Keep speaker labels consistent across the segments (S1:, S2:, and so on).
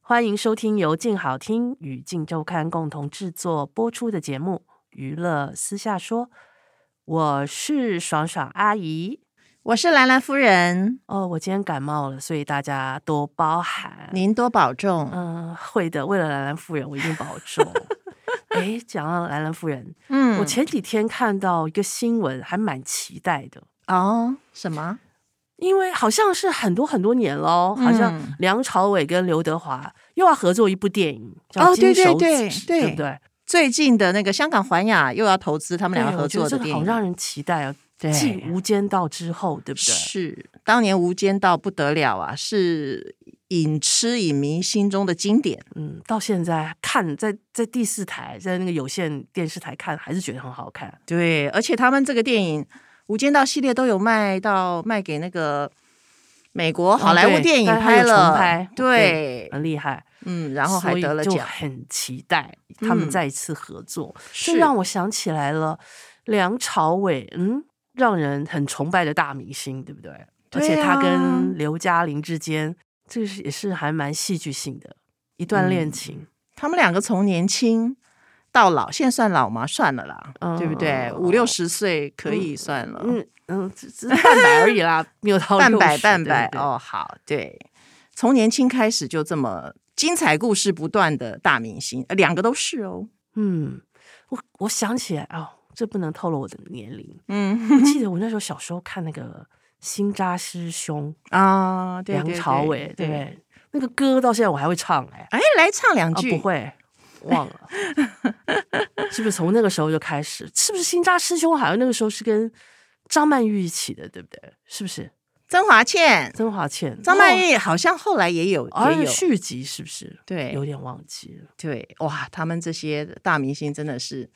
S1: 欢迎收听由静好听与静周刊共同制作播出的节目《娱乐私下说》，我是爽爽阿姨。
S2: 我是兰兰夫人，
S1: 哦，我今天感冒了，所以大家多包涵。
S2: 您多保重。
S1: 嗯、会的，为了兰兰夫人，我一定保重。哎，讲到兰兰夫人，
S2: 嗯
S1: 我前几天看到一个新闻，还蛮期待的。
S2: 哦什么？
S1: 因为好像是很多很多年喽，好像
S2: 嗯
S1: 梁朝伟跟刘德华又要合作一部电影，叫
S2: 哦
S1: 《金
S2: 对对
S1: 手指》，
S2: 对对
S1: 不对？
S2: 最近的那个香港环亚又要投资他们
S1: 对
S2: 两个
S1: 哎我
S2: 合
S1: 觉得
S2: 作
S1: 这
S2: 的
S1: 个
S2: 电
S1: 好
S2: 影，
S1: 让人期待啊！
S2: 对
S1: 继《无间道》之后，对不对？
S2: 是当年《无间道》不得了啊，是影痴影迷心中的经典。
S1: 嗯，到现在看在在第四台，在那个有线电视台看，还是觉得很好看。
S2: 对，而且他们这个电影《无间道》系列都有卖到卖给那个美国好莱
S1: 哦对
S2: 坞电影
S1: 但它
S2: 拍
S1: 有
S2: 了，
S1: 重拍
S2: 对，
S1: 很厉害，
S2: 嗯，然后还
S1: 所以
S2: 得了
S1: 就
S2: 奖，
S1: 很期待他们
S2: 嗯
S1: 再一次合作。这
S2: 是
S1: 让我想起来了，梁朝伟，嗯，让人很崇拜的大明星，对不对？而且
S2: 对
S1: 他
S2: 啊
S1: 跟刘嘉玲之间，这个是也是还蛮戏剧性的一
S2: 嗯
S1: 段恋情，
S2: 他们两个从年轻到老，现在算老吗？算了啦，
S1: 嗯
S2: 对不对？五六十岁可以算了，
S1: 嗯嗯，只只是半百而已啦，没有到
S2: 哦半百
S1: 60
S2: 半百，
S1: 对不对
S2: 哦，好，对，从年轻开始就这么精彩故事不断的大明星，呃两个都是哦，
S1: 嗯，我我想起来哦，这不能透露我的年 龄。
S2: 嗯
S1: 记得我那时候小时候看那个《新扎师兄
S2: 啊，》，对
S1: 梁
S2: 对
S1: 朝
S2: 对
S1: 伟，
S2: 对
S1: 对不对？那个歌到现在我还会唱哎，
S2: 哎，来唱两
S1: 啊，
S2: 句，
S1: 不会，忘了， 是不是从那个时候就开始？是不是新扎师兄好像那个时候是跟张曼玉一起的，对不对？是不是
S2: 曾华倩、
S1: 曾华倩、
S2: 张曼玉好像后来也有，也
S1: 哦？而
S2: 有
S1: 续集是不是？
S2: 对
S1: 有点忘记了。
S2: 对，哇，他们这些大明星真的是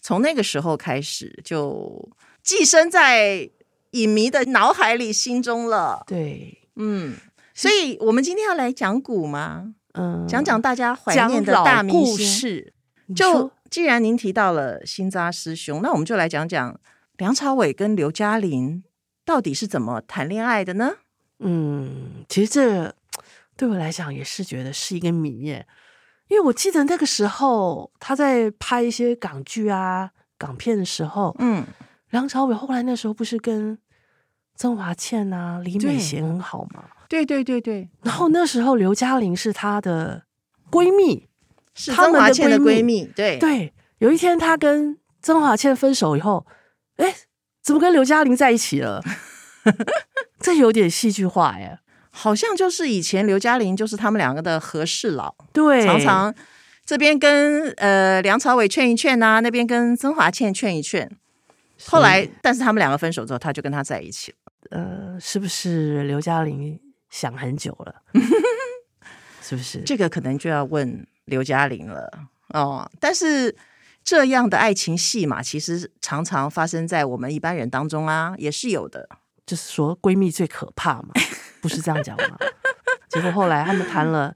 S2: 从那个时候开始就寄生在影迷的脑海里、心中了。
S1: 对，
S2: 嗯，所以我们今天要来讲古吗？
S1: 嗯，
S2: 讲讲大家怀
S1: 讲
S2: 念的
S1: 老
S2: 大明
S1: 故
S2: 星。
S1: 事，你
S2: 就
S1: 说
S2: 既然您提到了新扎师兄，那我们就来讲讲梁朝伟跟刘嘉玲到底是怎么谈恋爱的呢？
S1: 嗯，其实这对我来讲也是觉得是一个谜耶，因为我记得那个时候他在拍一些港剧啊、港片的时候，
S2: 嗯，
S1: 梁朝伟后来那时候不是跟曾华倩啊、李美
S2: 对
S1: 贤很好嘛？
S2: 对对对对，
S1: 然后那时候刘嘉玲是她的闺蜜，
S2: 是
S1: 他
S2: 曾
S1: 们
S2: 华
S1: 的
S2: 倩的
S1: 闺
S2: 闺蜜，对
S1: 对。有一天她跟曾华倩分手以后，哎，怎么跟刘嘉玲在一起了？ 这有点戏剧化耶。
S2: 好像就是以前刘嘉玲就是他们两个的和事佬，
S1: 对，
S2: 常常这边跟呃梁朝伟劝一劝呐、那边跟曾华倩劝一劝。后来，但是他们两个分手之后，他就跟他在一起了。
S1: 呃，是不是刘嘉玲想很久了？ 是不是？
S2: 这个可能就要问刘嘉玲了哦。但是这样的爱情戏嘛，其实常常发生在我们一般人当中啊，也是有的。
S1: 就是说闺蜜最可怕嘛，不是这样讲吗？ 结果后来他们谈了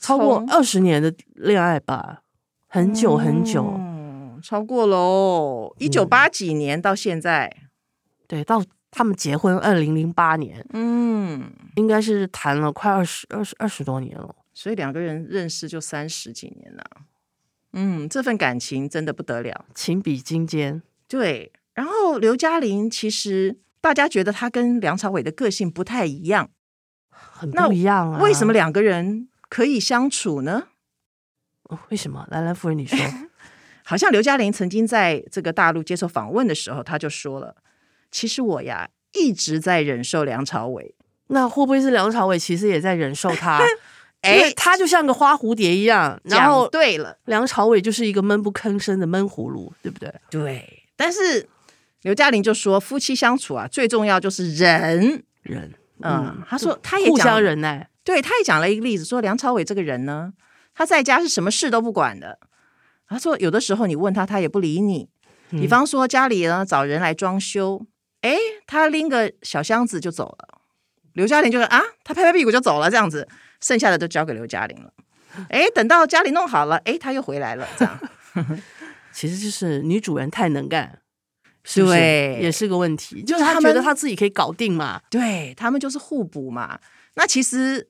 S1: 超过
S2: 从
S1: 二十年的恋爱吧，很久很久，嗯
S2: 嗯，超过喽，一九八几年到现在，
S1: 对，到他们结婚二零零八年，
S2: 嗯，
S1: 应该是谈了快二十二十二十多年了。
S2: 所以两个人认识就三十几年了。嗯，这份感情真的不得了。
S1: 情比金坚，
S2: 对，然后刘嘉玲其实大家觉得她跟梁朝伟的个性不太一样，
S1: 很
S2: 那
S1: 不一样啊！
S2: 为什么两个人可以相处呢？
S1: 哦为什么？兰兰夫人，你说
S2: 好像刘嘉玲曾经在这个大陆接受访问的时候，她就说了：“其实我呀一直在忍受梁朝伟，
S1: 那会不会是梁朝伟其实也在忍受他？因为
S2: 哎，
S1: 他就像个花蝴蝶一样，然
S2: 讲
S1: 后
S2: 对了，
S1: 梁朝伟就是一个闷不吭声的闷葫芦，对不对？
S2: 对。”但是刘嘉玲就说：“夫妻相处啊，最重要就是忍。
S1: 人，”
S2: 嗯，她说她也
S1: 互
S2: 讲
S1: 相忍耐，
S2: 对，他也讲了一个例子，说梁朝伟这个人呢，他在家是什么事都不管的，他说，有的时候你问他，他也不理你。比方说家里呢找人来装修，哎，他拎个小箱子就走了。刘嘉玲就是啊，他拍拍屁股就走了，这样子，剩下的都交给刘嘉玲了。哎，等到家里弄好了，哎，他又回来了，这样。
S1: 其实就是女主人太能干，是不是
S2: 对
S1: 也是个问题，就是
S2: 是
S1: 她
S2: 他
S1: 觉得
S2: 们
S1: 她自己可以搞定嘛，
S2: 对他们就是互补嘛。那其实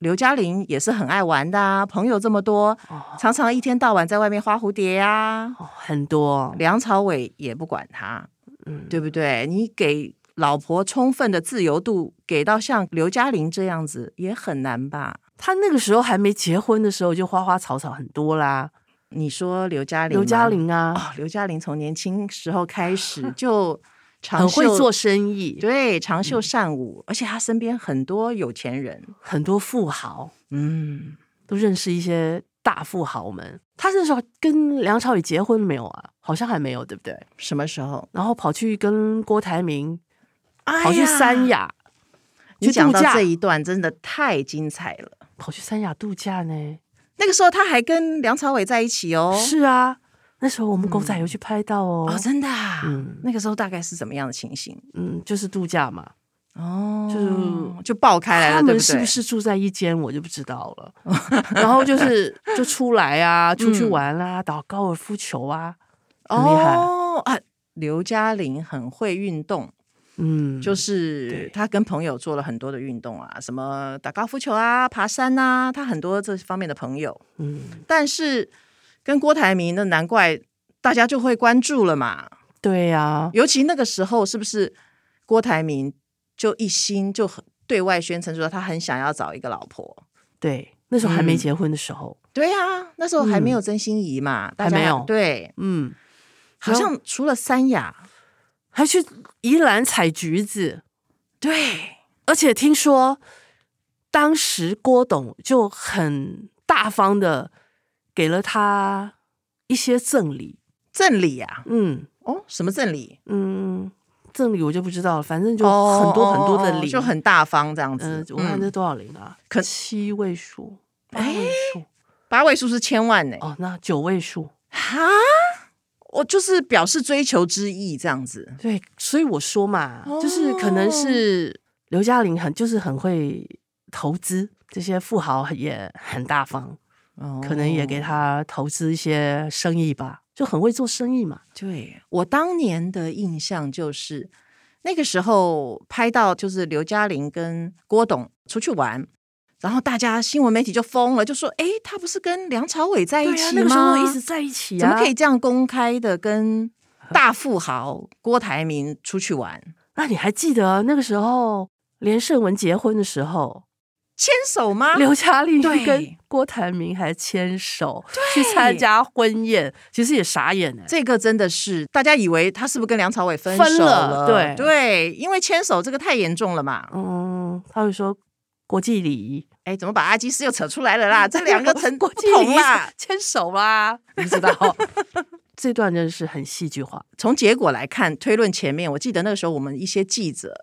S2: 刘嘉玲也是很爱玩的啊，朋友这么多，
S1: 哦，
S2: 常常一天到晚在外面花蝴蝶啊。
S1: 哦很多，
S2: 梁朝伟也不管他，
S1: 嗯，
S2: 对不对？你给老婆充分的自由度，给到像刘嘉玲这样子也很难吧？
S1: 她那个时候还没结婚的时候就花花草草很多啦，
S2: 你说刘嘉玲吗，
S1: 刘嘉玲啊，
S2: 哦，刘嘉玲从年轻时候开 始就长
S1: 很会
S2: 袖
S1: 做嗯生意，
S2: 对长袖善舞，而且她身边很多有钱人，
S1: 很多富豪
S2: 嗯，
S1: 都认识一些大富豪们。她那时候跟梁朝伟结婚没有啊？好像还没有，对不对？
S2: 什么时候？
S1: 然后跑去跟郭台铭，
S2: 哎
S1: 跑去
S2: 呀
S1: 三亚，
S2: 你
S1: 去
S2: 讲
S1: 度
S2: 到
S1: 假
S2: 这，一段真的太精彩了。
S1: 跑去三亚度假呢。
S2: 那个时候她还跟梁朝伟在一起哦，嗯
S1: 是啊，那时候我们狗仔有去拍到哦，
S2: 哦，真的、啊，
S1: 嗯
S2: 那个时候大概是怎么样的情形？
S1: 嗯，就是度假嘛。
S2: 哦，
S1: 就
S2: 就爆开来了，
S1: 他
S2: 对
S1: 们
S2: 不
S1: 是
S2: 对？
S1: 不是住在一间，我就不知道了。然后就是就出来 啊，出去
S2: 嗯
S1: 玩啦、打高尔夫球啊，很厉害。
S2: 哦啊，刘嘉玲很会运动，
S1: 嗯，
S2: 就
S1: 对
S2: 是她跟朋友做了很多的运动啊，什么打高尔夫球啊、爬山啊，她很多这方面的朋友。
S1: 嗯，
S2: 但是跟郭台铭，那难怪大家就会关注了嘛。
S1: 对啊呀、
S2: 尤其那个时候，是不是郭台铭就一心就很对外宣称说他很想要找一个老婆？
S1: 对，那时候还没
S2: 嗯
S1: 结婚的时候，
S2: 对呀、那时候还没有曾心怡嘛，大
S1: 嗯还
S2: 家
S1: 没有
S2: 对，
S1: 嗯，
S2: 好像除了三亚，
S1: 还去宜兰采橘子，
S2: 对，
S1: 而且听说当时郭董就很大方的给了他一些赠礼，
S2: 赠礼啊，
S1: 嗯
S2: 哦，什么赠礼？
S1: 嗯，赠礼我就不知道了，反正就很多很多的
S2: 哦
S1: 礼，
S2: 就很大方这样
S1: 嗯哎
S2: 子。，
S1: 我看
S2: 嗯
S1: 这多少零啊？
S2: 可
S1: 七位数、八位数
S2: 八位数是千万呢、
S1: 哦，那九位数。
S2: 哈，我就是表示追求之意这样子。
S1: 对，哦所以我说嘛，就是可能是刘嘉玲很就是很会投资，这些富豪也很大方，
S2: 哦
S1: 可能也给他投资一些生意吧，就很会做生意嘛。
S2: 对我当年的印象就是，那个时候拍到就是刘嘉玲跟郭董出去玩，然后大家新闻媒体就疯了，就说：“哎，他不是跟梁朝伟在一
S1: 对
S2: 起吗？
S1: 呀、那个时候一直在一起
S2: 怎
S1: 啊，
S2: 么可以？这样公开的跟大富豪郭台铭出去玩，
S1: 那你还记得啊那个时候连胜文结婚的时候，
S2: 牵手吗？”
S1: 刘嘉玲
S2: 啊对
S1: 跟郭台铭还牵手去参加婚宴，其实也傻眼哎、
S2: 这个真的是大家以为他是不是跟梁朝伟分手
S1: 分了对
S2: 对，因为牵手这个太严重了嘛。
S1: 嗯，他会说国际礼仪。
S2: 哎，怎么把阿基斯又扯出来了 啦？这两个成
S1: 国
S2: 不
S1: 际礼
S2: 同啊
S1: 仪
S2: 啦。
S1: 牵手啦，你知道。 这段真的是很戏剧化，
S2: 从结果来看，推论前面，我记得那个时候我们一些记者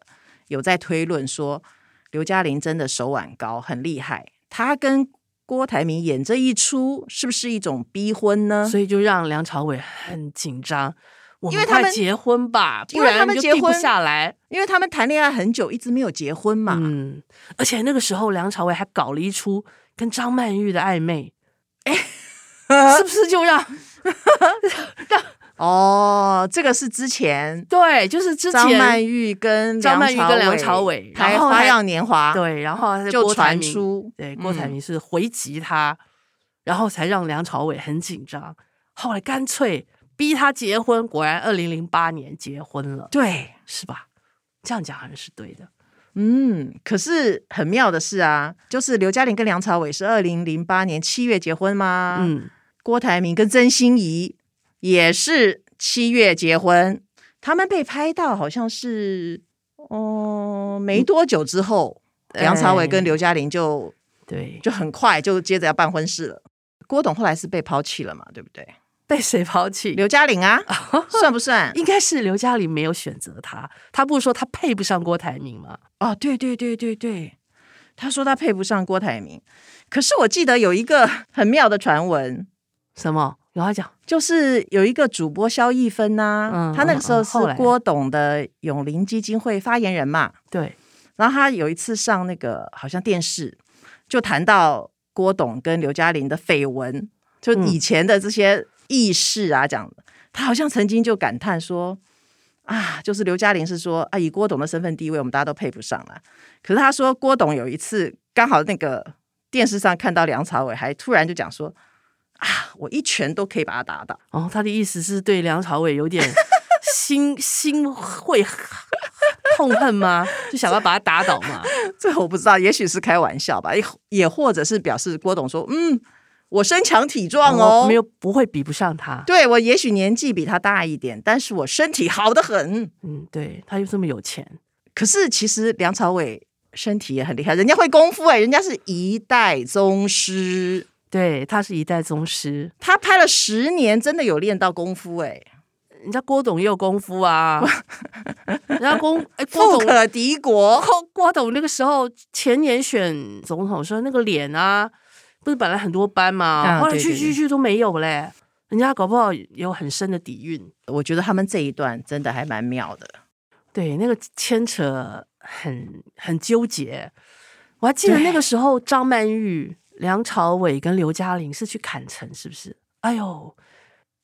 S2: 有在推论说，刘嘉玲真的手腕高，很厉害。她跟郭台铭演这一出，是不是一种逼婚呢？
S1: 所以就让梁朝伟很紧张。我
S2: 嗯因为他
S1: 快
S2: 们
S1: 结婚吧，不
S2: 因为他
S1: 然
S2: 们
S1: 就
S2: 结
S1: 定不
S2: 婚
S1: 下来。
S2: 因为他们谈恋爱很久，一直没有结婚嘛。
S1: 嗯，而且那个时候梁朝伟还搞了一出跟张曼玉的暧昧，哎、是不是就 让
S2: 哦，这个是之前
S1: 对，就是之前
S2: 张曼玉跟
S1: 张曼玉跟梁朝伟
S2: 拍
S1: 然
S2: 《
S1: 后
S2: 花
S1: 还
S2: 样年华》，
S1: 对，然后还
S2: 啊就
S1: 郭台
S2: 传
S1: 铭
S2: 出
S1: 对，郭台
S2: 嗯
S1: 铭是回击他，然后才让梁朝伟很紧张。后来干脆逼他结婚，果然二零零八年结婚了，
S2: 对，
S1: 是吧？这样讲好像是对的。
S2: 嗯，可是很妙的是啊，就是刘嘉玲跟梁朝伟是二零零八年七月结婚嘛，
S1: 嗯，
S2: 郭台铭跟曾心怡也是七月结婚，他们被拍到好像是哦、没多久之后，
S1: 嗯
S2: 梁朝伟
S1: 哎
S2: 跟刘嘉玲就
S1: 对，
S2: 就很快就接着要办婚事了。郭董后来是被抛弃了嘛，对不对？
S1: 被谁抛弃？
S2: 刘嘉玲 啊，算不算？
S1: 应该是刘嘉玲没有选择他，他不是说他配不上郭台铭吗？
S2: 哦，对对对对对，他说他配不上郭台铭，可是我记得有一个很妙的传闻，
S1: 什么？有话讲，
S2: 就是有一个主播肖一芬呐、
S1: 嗯
S2: 他那个时
S1: 嗯
S2: 候
S1: 嗯
S2: 是
S1: 后来
S2: 郭董的永林基金会发言人嘛，
S1: 对，
S2: 然后他有一次上那个好像电视，就谈到郭董跟刘嘉玲的绯闻，就
S1: 嗯
S2: 以前的这些轶事啊，讲、的，他好像曾经就感叹说。啊，就是刘嘉玲是说啊，以郭董的身份地位，我们大家都配不上啦。可是他说，郭董有一次刚好那个电视上看到梁朝伟，还突然就讲说啊，我一拳都可以把他打倒。
S1: 哦，他的意思是对梁朝伟有点 心心会 痛恨吗？就想要把他打倒嘛？
S2: 这我不知道，也许是开玩笑吧，也也或者是表示郭董说，嗯，我身强体壮哦，
S1: 我没有不会比不上他。
S2: 对我也许年纪比他大一点，但是我身体好得很。
S1: 嗯，对，他又这么有钱，
S2: 可是其实梁朝伟身体也很厉害，人家会功夫哎、人家是一代宗师，
S1: 对他是一代宗师。
S2: 他拍了十年，真的有练到功夫哎、
S1: 人家郭董也有功夫啊，人家郭哎
S2: 富
S1: 郭董
S2: 可敌国。
S1: 郭郭董那个时候前年选总统的时候那个脸啊，不是本来很多斑嘛，
S2: 啊
S1: 后来
S2: 对
S1: 去
S2: 对
S1: 去
S2: 对
S1: 去都没有嘞。人家搞不好有很深的底蕴，
S2: 我觉得他们这一段真的还蛮妙的。
S1: 对，那个牵扯很很纠结。我还记得那个时候，张曼玉、梁朝伟跟刘嘉玲是去砍城，是不是？哎呦，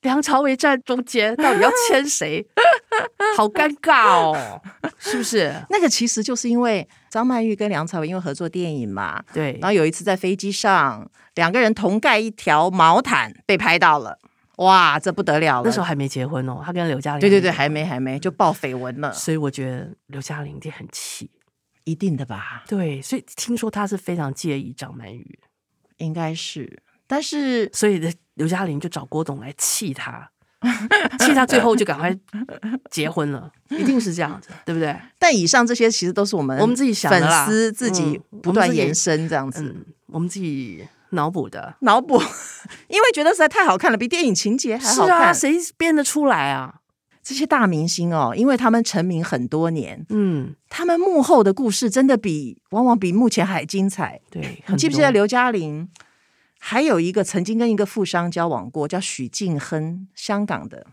S1: 梁朝伟站中间，到底要 牵谁？ 好尴尬哦，是不是？
S2: 那个其实就是因为张曼玉跟梁朝伟因为合作电影嘛，
S1: 对
S2: 然，后有一次在飞机上，两个人同盖一条毛毯被拍到了，哇，这不得了了。
S1: 那时候还没结婚哦，他跟刘嘉玲
S2: 对对对，
S1: 没
S2: 还没还没就爆绯闻了，
S1: 所以我觉得刘嘉玲一定很气。
S2: 一定的吧？
S1: 对，所以听说她是非常介意张曼玉，
S2: 应该是，但是
S1: 所以呢刘嘉玲就找郭董来气她，气她最后就赶快结婚了，一定是这样子，对不对？
S2: 但以上这些其实都是我们
S1: 我们自己想的
S2: 粉
S1: 啦
S2: 丝自己
S1: 嗯
S2: 不断延伸这样子。
S1: 嗯，我们自己脑补的。
S2: 脑补， 因为觉得实在太好看了，比电影情节还
S1: 是
S2: 好看。
S1: 啊，谁编得出来啊？
S2: 这些大明星哦，因为他们成名很多年，
S1: 嗯，
S2: 他们幕后的故事真的比往往比幕前还精彩。
S1: 对，
S2: 你
S1: 很
S2: 记不记得
S1: 多
S2: 刘嘉玲？还有一个曾经跟一个富商交往过，叫许晋亨，香港的。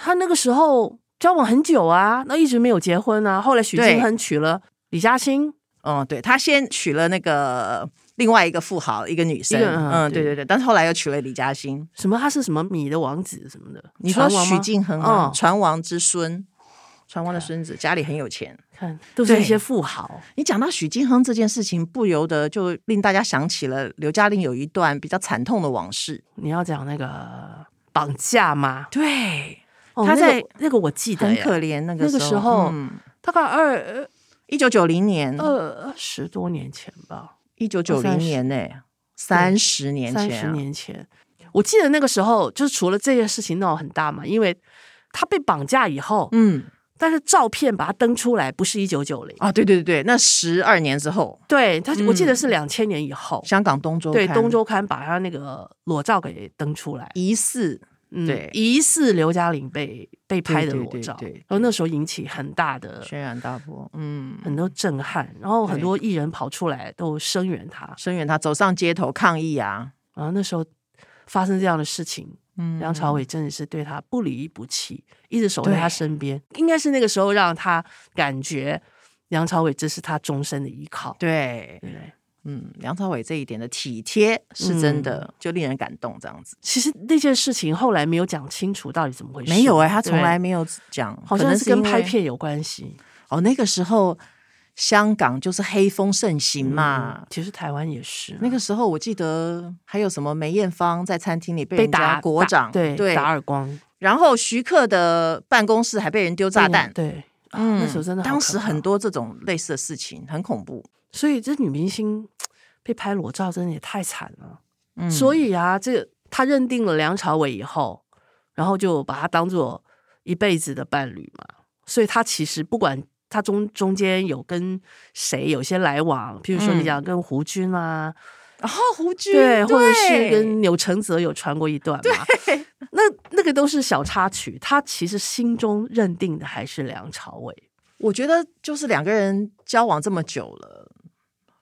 S1: 他那个时候交往很久啊，那一直没有结婚啊。后来许
S2: 对
S1: 晋亨娶了李嘉欣，
S2: 哦，对，他先娶了那个另外一个富豪，一个女生，
S1: 一个嗯
S2: 嗯，对
S1: 对
S2: 对对，但是后来又娶了李嘉欣。
S1: 什么他是什么米的王子什么的，
S2: 你说
S1: 船王
S2: 许
S1: 吗
S2: 晋恒啊，
S1: 嗯啊
S2: 船王之孙，船王的孙子，家里很有钱。
S1: 看都是
S2: 对
S1: 一些富豪。
S2: 你讲到许晋亨这件事情，不由得就令大家想起了刘嘉玲有一段比较惨痛的往事。
S1: 你要讲那个绑架吗？
S2: 对，
S1: 哦
S2: 他
S1: 那个
S2: 在
S1: 那个我记得
S2: 很
S1: 耶，
S2: 可怜啊那个
S1: 那个时候大概二
S2: 一九九零年，
S1: 二二十多年前吧，
S2: 一九九零
S1: 30
S2: 年呢、三十年
S1: 三十
S2: 前、啊，
S1: 年前。我记得那个时候，就是除了这件事情闹很大嘛，因为他被绑架以后，
S2: 嗯
S1: 但是照片把他登出来，不是一九九零，
S2: 啊，对对对对，那十二年之后，
S1: 对他，我记
S2: 嗯
S1: 得是两千年以后，
S2: 香港东周
S1: 对《
S2: 刊
S1: 东周刊》把他那个裸照给登出来，
S2: 疑似
S1: 嗯
S2: 对
S1: 疑似刘嘉玲被被拍的
S2: 对对
S1: 裸
S2: 对
S1: 照，
S2: 对
S1: 然后那时候引起很大的
S2: 轩然大波，嗯，
S1: 很多震撼，然后很
S2: 对
S1: 多艺人跑出来都声援他。
S2: 声援他走上街头抗议啊，
S1: 然后那时候发生这样的事情，
S2: 嗯
S1: 梁朝伟真的是对他不离不弃，一直守在
S2: 对
S1: 他身边。应该是那个时候让他感觉梁朝伟这是他终身的依靠，
S2: 对，
S1: 对不对？
S2: 嗯，梁朝伟这一点的体贴是真的，
S1: 嗯
S2: 就令人感动，这样子
S1: 其实那件事情后来没有讲清楚到底怎么回事，
S2: 没有哎、他从
S1: 对不对
S2: 来没有讲，
S1: 好
S2: 可
S1: 像
S2: 能
S1: 是跟
S2: 因为
S1: 拍片有关系
S2: 哦，那个时候香港就是黑风盛行嘛。
S1: 嗯其实台湾也是
S2: 那个时候，我记得还有什么梅艳芳在餐厅里被
S1: 被
S2: 人
S1: 打
S2: 家国
S1: 打
S2: 掌，
S1: 对
S2: 对，
S1: 打耳光
S2: 然后徐克的办公室还被人丢炸弹，
S1: 对。啊那时候真的好
S2: 当
S1: 可
S2: 时
S1: 怕
S2: 很多这种类似的事情，很恐怖。
S1: 所以这女明星被拍裸照真的也太惨了。
S2: 嗯
S1: 所以啊，这个他认定了梁朝伟以后，然后就把他当做一辈子的伴侣嘛。所以他其实不管他中中间有跟谁有些来往，比如说你
S2: 嗯
S1: 讲跟胡军啊，
S2: 然后胡军
S1: 对，或者是
S2: 对
S1: 跟钮承泽有传过一段嘛。那那个都是小插曲，他其实心中认定的还是梁朝伟。
S2: 我觉得就是两个人交往这么久了，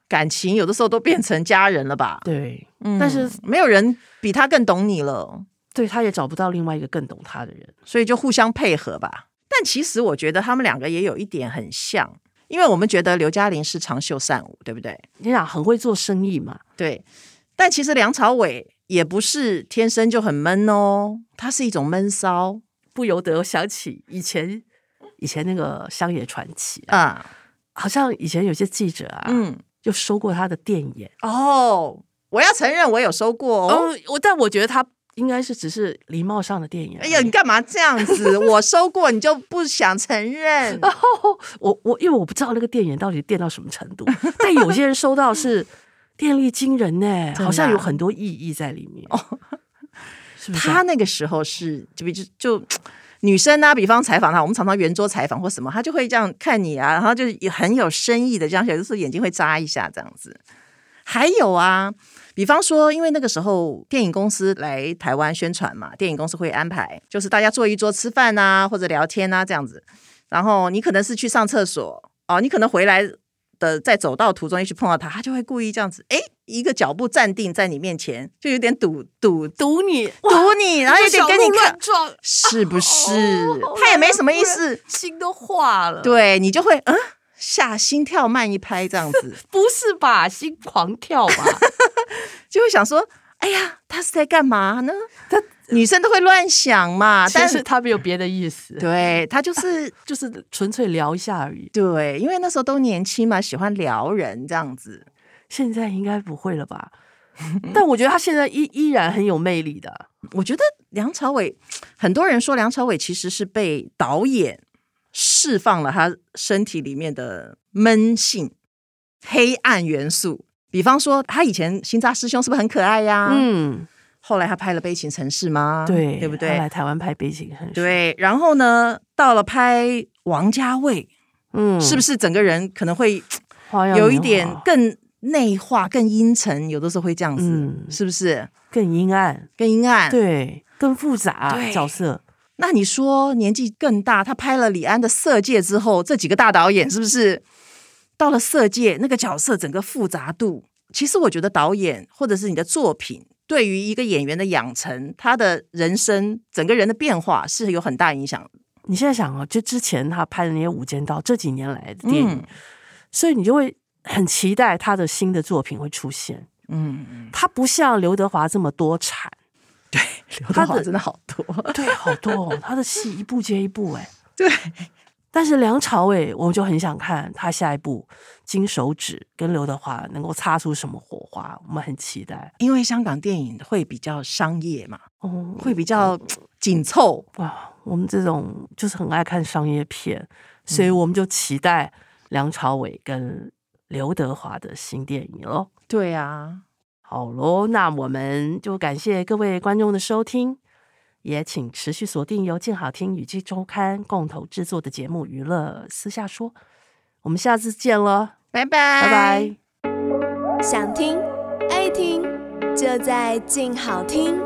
S2: 感情有的时候都变成家人了吧？
S1: 对，
S2: 嗯
S1: 但是
S2: 没有人比他更懂你了。
S1: 对，他也找不到另外一个更懂他的人。
S2: 所以就互相配合吧。但其实我觉得他们两个也有一点很像，因为我们觉得刘嘉玲是长袖善舞，对不对？
S1: 你想很会做生意嘛？
S2: 对，但其实梁朝伟也不是天生就很闷哦，他是一种闷骚
S1: 不由得想起以前以前那个乡野传奇、啊，
S2: 啊，
S1: 好像以前有些记者啊，
S2: 嗯，
S1: 就收过他的电眼。
S2: 哦，我要承认我有收过哦。
S1: 哦，我但我觉得他应该是只是礼貌上的电眼。
S2: 哎呀，你干嘛这样子？我收过，你就不想承认？
S1: 然后我我因为我不知道那个电眼到底电到什么程度，但有些人收到是电力惊人 呢、
S2: 的啊
S1: 好像有很多意义在里面。哦，是不是啊？
S2: 他那个时候是就比就就女生啊，比方采访她，我们常常圆桌采访或什么，她就会这样看你啊，然后就也很有深意的这样，有的时候眼睛会眨一下这样子。还有啊，比方说，因为那个时候电影公司来台湾宣传嘛，电影公司会安排，就是大家坐一桌吃饭啊，或者聊天啊这样子。然后你可能是去上厕所哦，你可能回来的在走道途中一直碰到他，他就会故意这样子，诶，一个脚步站定在你面前，就有点堵堵
S1: 堵你，
S2: 堵你，然后有点跟你看
S1: 乱，撞，
S2: 是不是？
S1: 哦
S2: 他也没什么意思，
S1: 心都化了。，
S2: 对你就会嗯吓，心跳慢一拍这样 子，
S1: 不是吧？心狂跳 吧？
S2: 就会想说，哎呀，他是在干嘛呢？他女生都会乱想嘛，
S1: 但
S2: 但
S1: 是
S2: 是
S1: 他没有别的意思，
S2: 对他就是
S1: 就是纯粹聊一下而已。
S2: 对，因为那时候都年轻嘛，喜欢撩人这样子。
S1: 现在应该不会了吧？ 但我觉得他现在依依然很有魅 力的。
S2: 我觉得梁朝伟，很多人说梁朝伟其实是被导演释放了他身体里面的闷性、黑暗元素。比方说，他以前《新扎师兄》是不是很可爱呀、
S1: 嗯，
S2: 后来他拍了《悲情城市》吗？
S1: 对，
S2: 对不
S1: 他
S2: 对
S1: 来？台湾拍《北京很，
S2: 对。然后呢，到了拍王家卫，
S1: 嗯，哎哦
S2: 是不
S1: 是
S2: 是整个人可能会
S1: 花样
S2: 有一
S1: 年华
S2: 点更内化、更阴沉？有的时候会这样子，
S1: 嗯
S2: 是不是？
S1: 更阴暗？
S2: 更阴暗。
S1: 对，更复杂
S2: 嗯对
S1: 角色。
S2: 那你说年纪更大，他拍了李安的《色戒》之后，这几个大导演是不是到了《色戒》那个角色整个复杂度？其实我觉得导演或者是你的作品，对于一个演员的养成，他的人生整个人的变化是有很大影响的。
S1: 你现在想哦，就之前他拍的那些《无间道》，这几年来的电影，
S2: 嗯
S1: 所以你就会很期待他的新的作品会出现。
S2: 嗯，
S1: 他不像刘德华这么多产，
S2: 刘
S1: 他
S2: 德
S1: 的
S2: 华真的好多，
S1: 对，好多哦，他的戏一部接一部，哎，
S2: 对。
S1: 但是梁朝伟，我就很想看他下一部《金手指》跟刘德华能够擦出什么火花，我们很期待。
S2: 因为香港电影会比较商业嘛，
S1: 哦，
S2: 会比较紧凑，
S1: 哇，我们这种就是很爱看商业片，所以我们就期待梁朝伟跟刘德华的新电影喽。
S2: 对啊，
S1: 好喽，那我们就感谢各位观众的收听，也请持续锁定由静好听与静周刊共同制作的节目《娱乐私下说》，我们下次见了，
S2: 拜拜
S1: 拜拜。
S3: 想听爱听，就在静好听。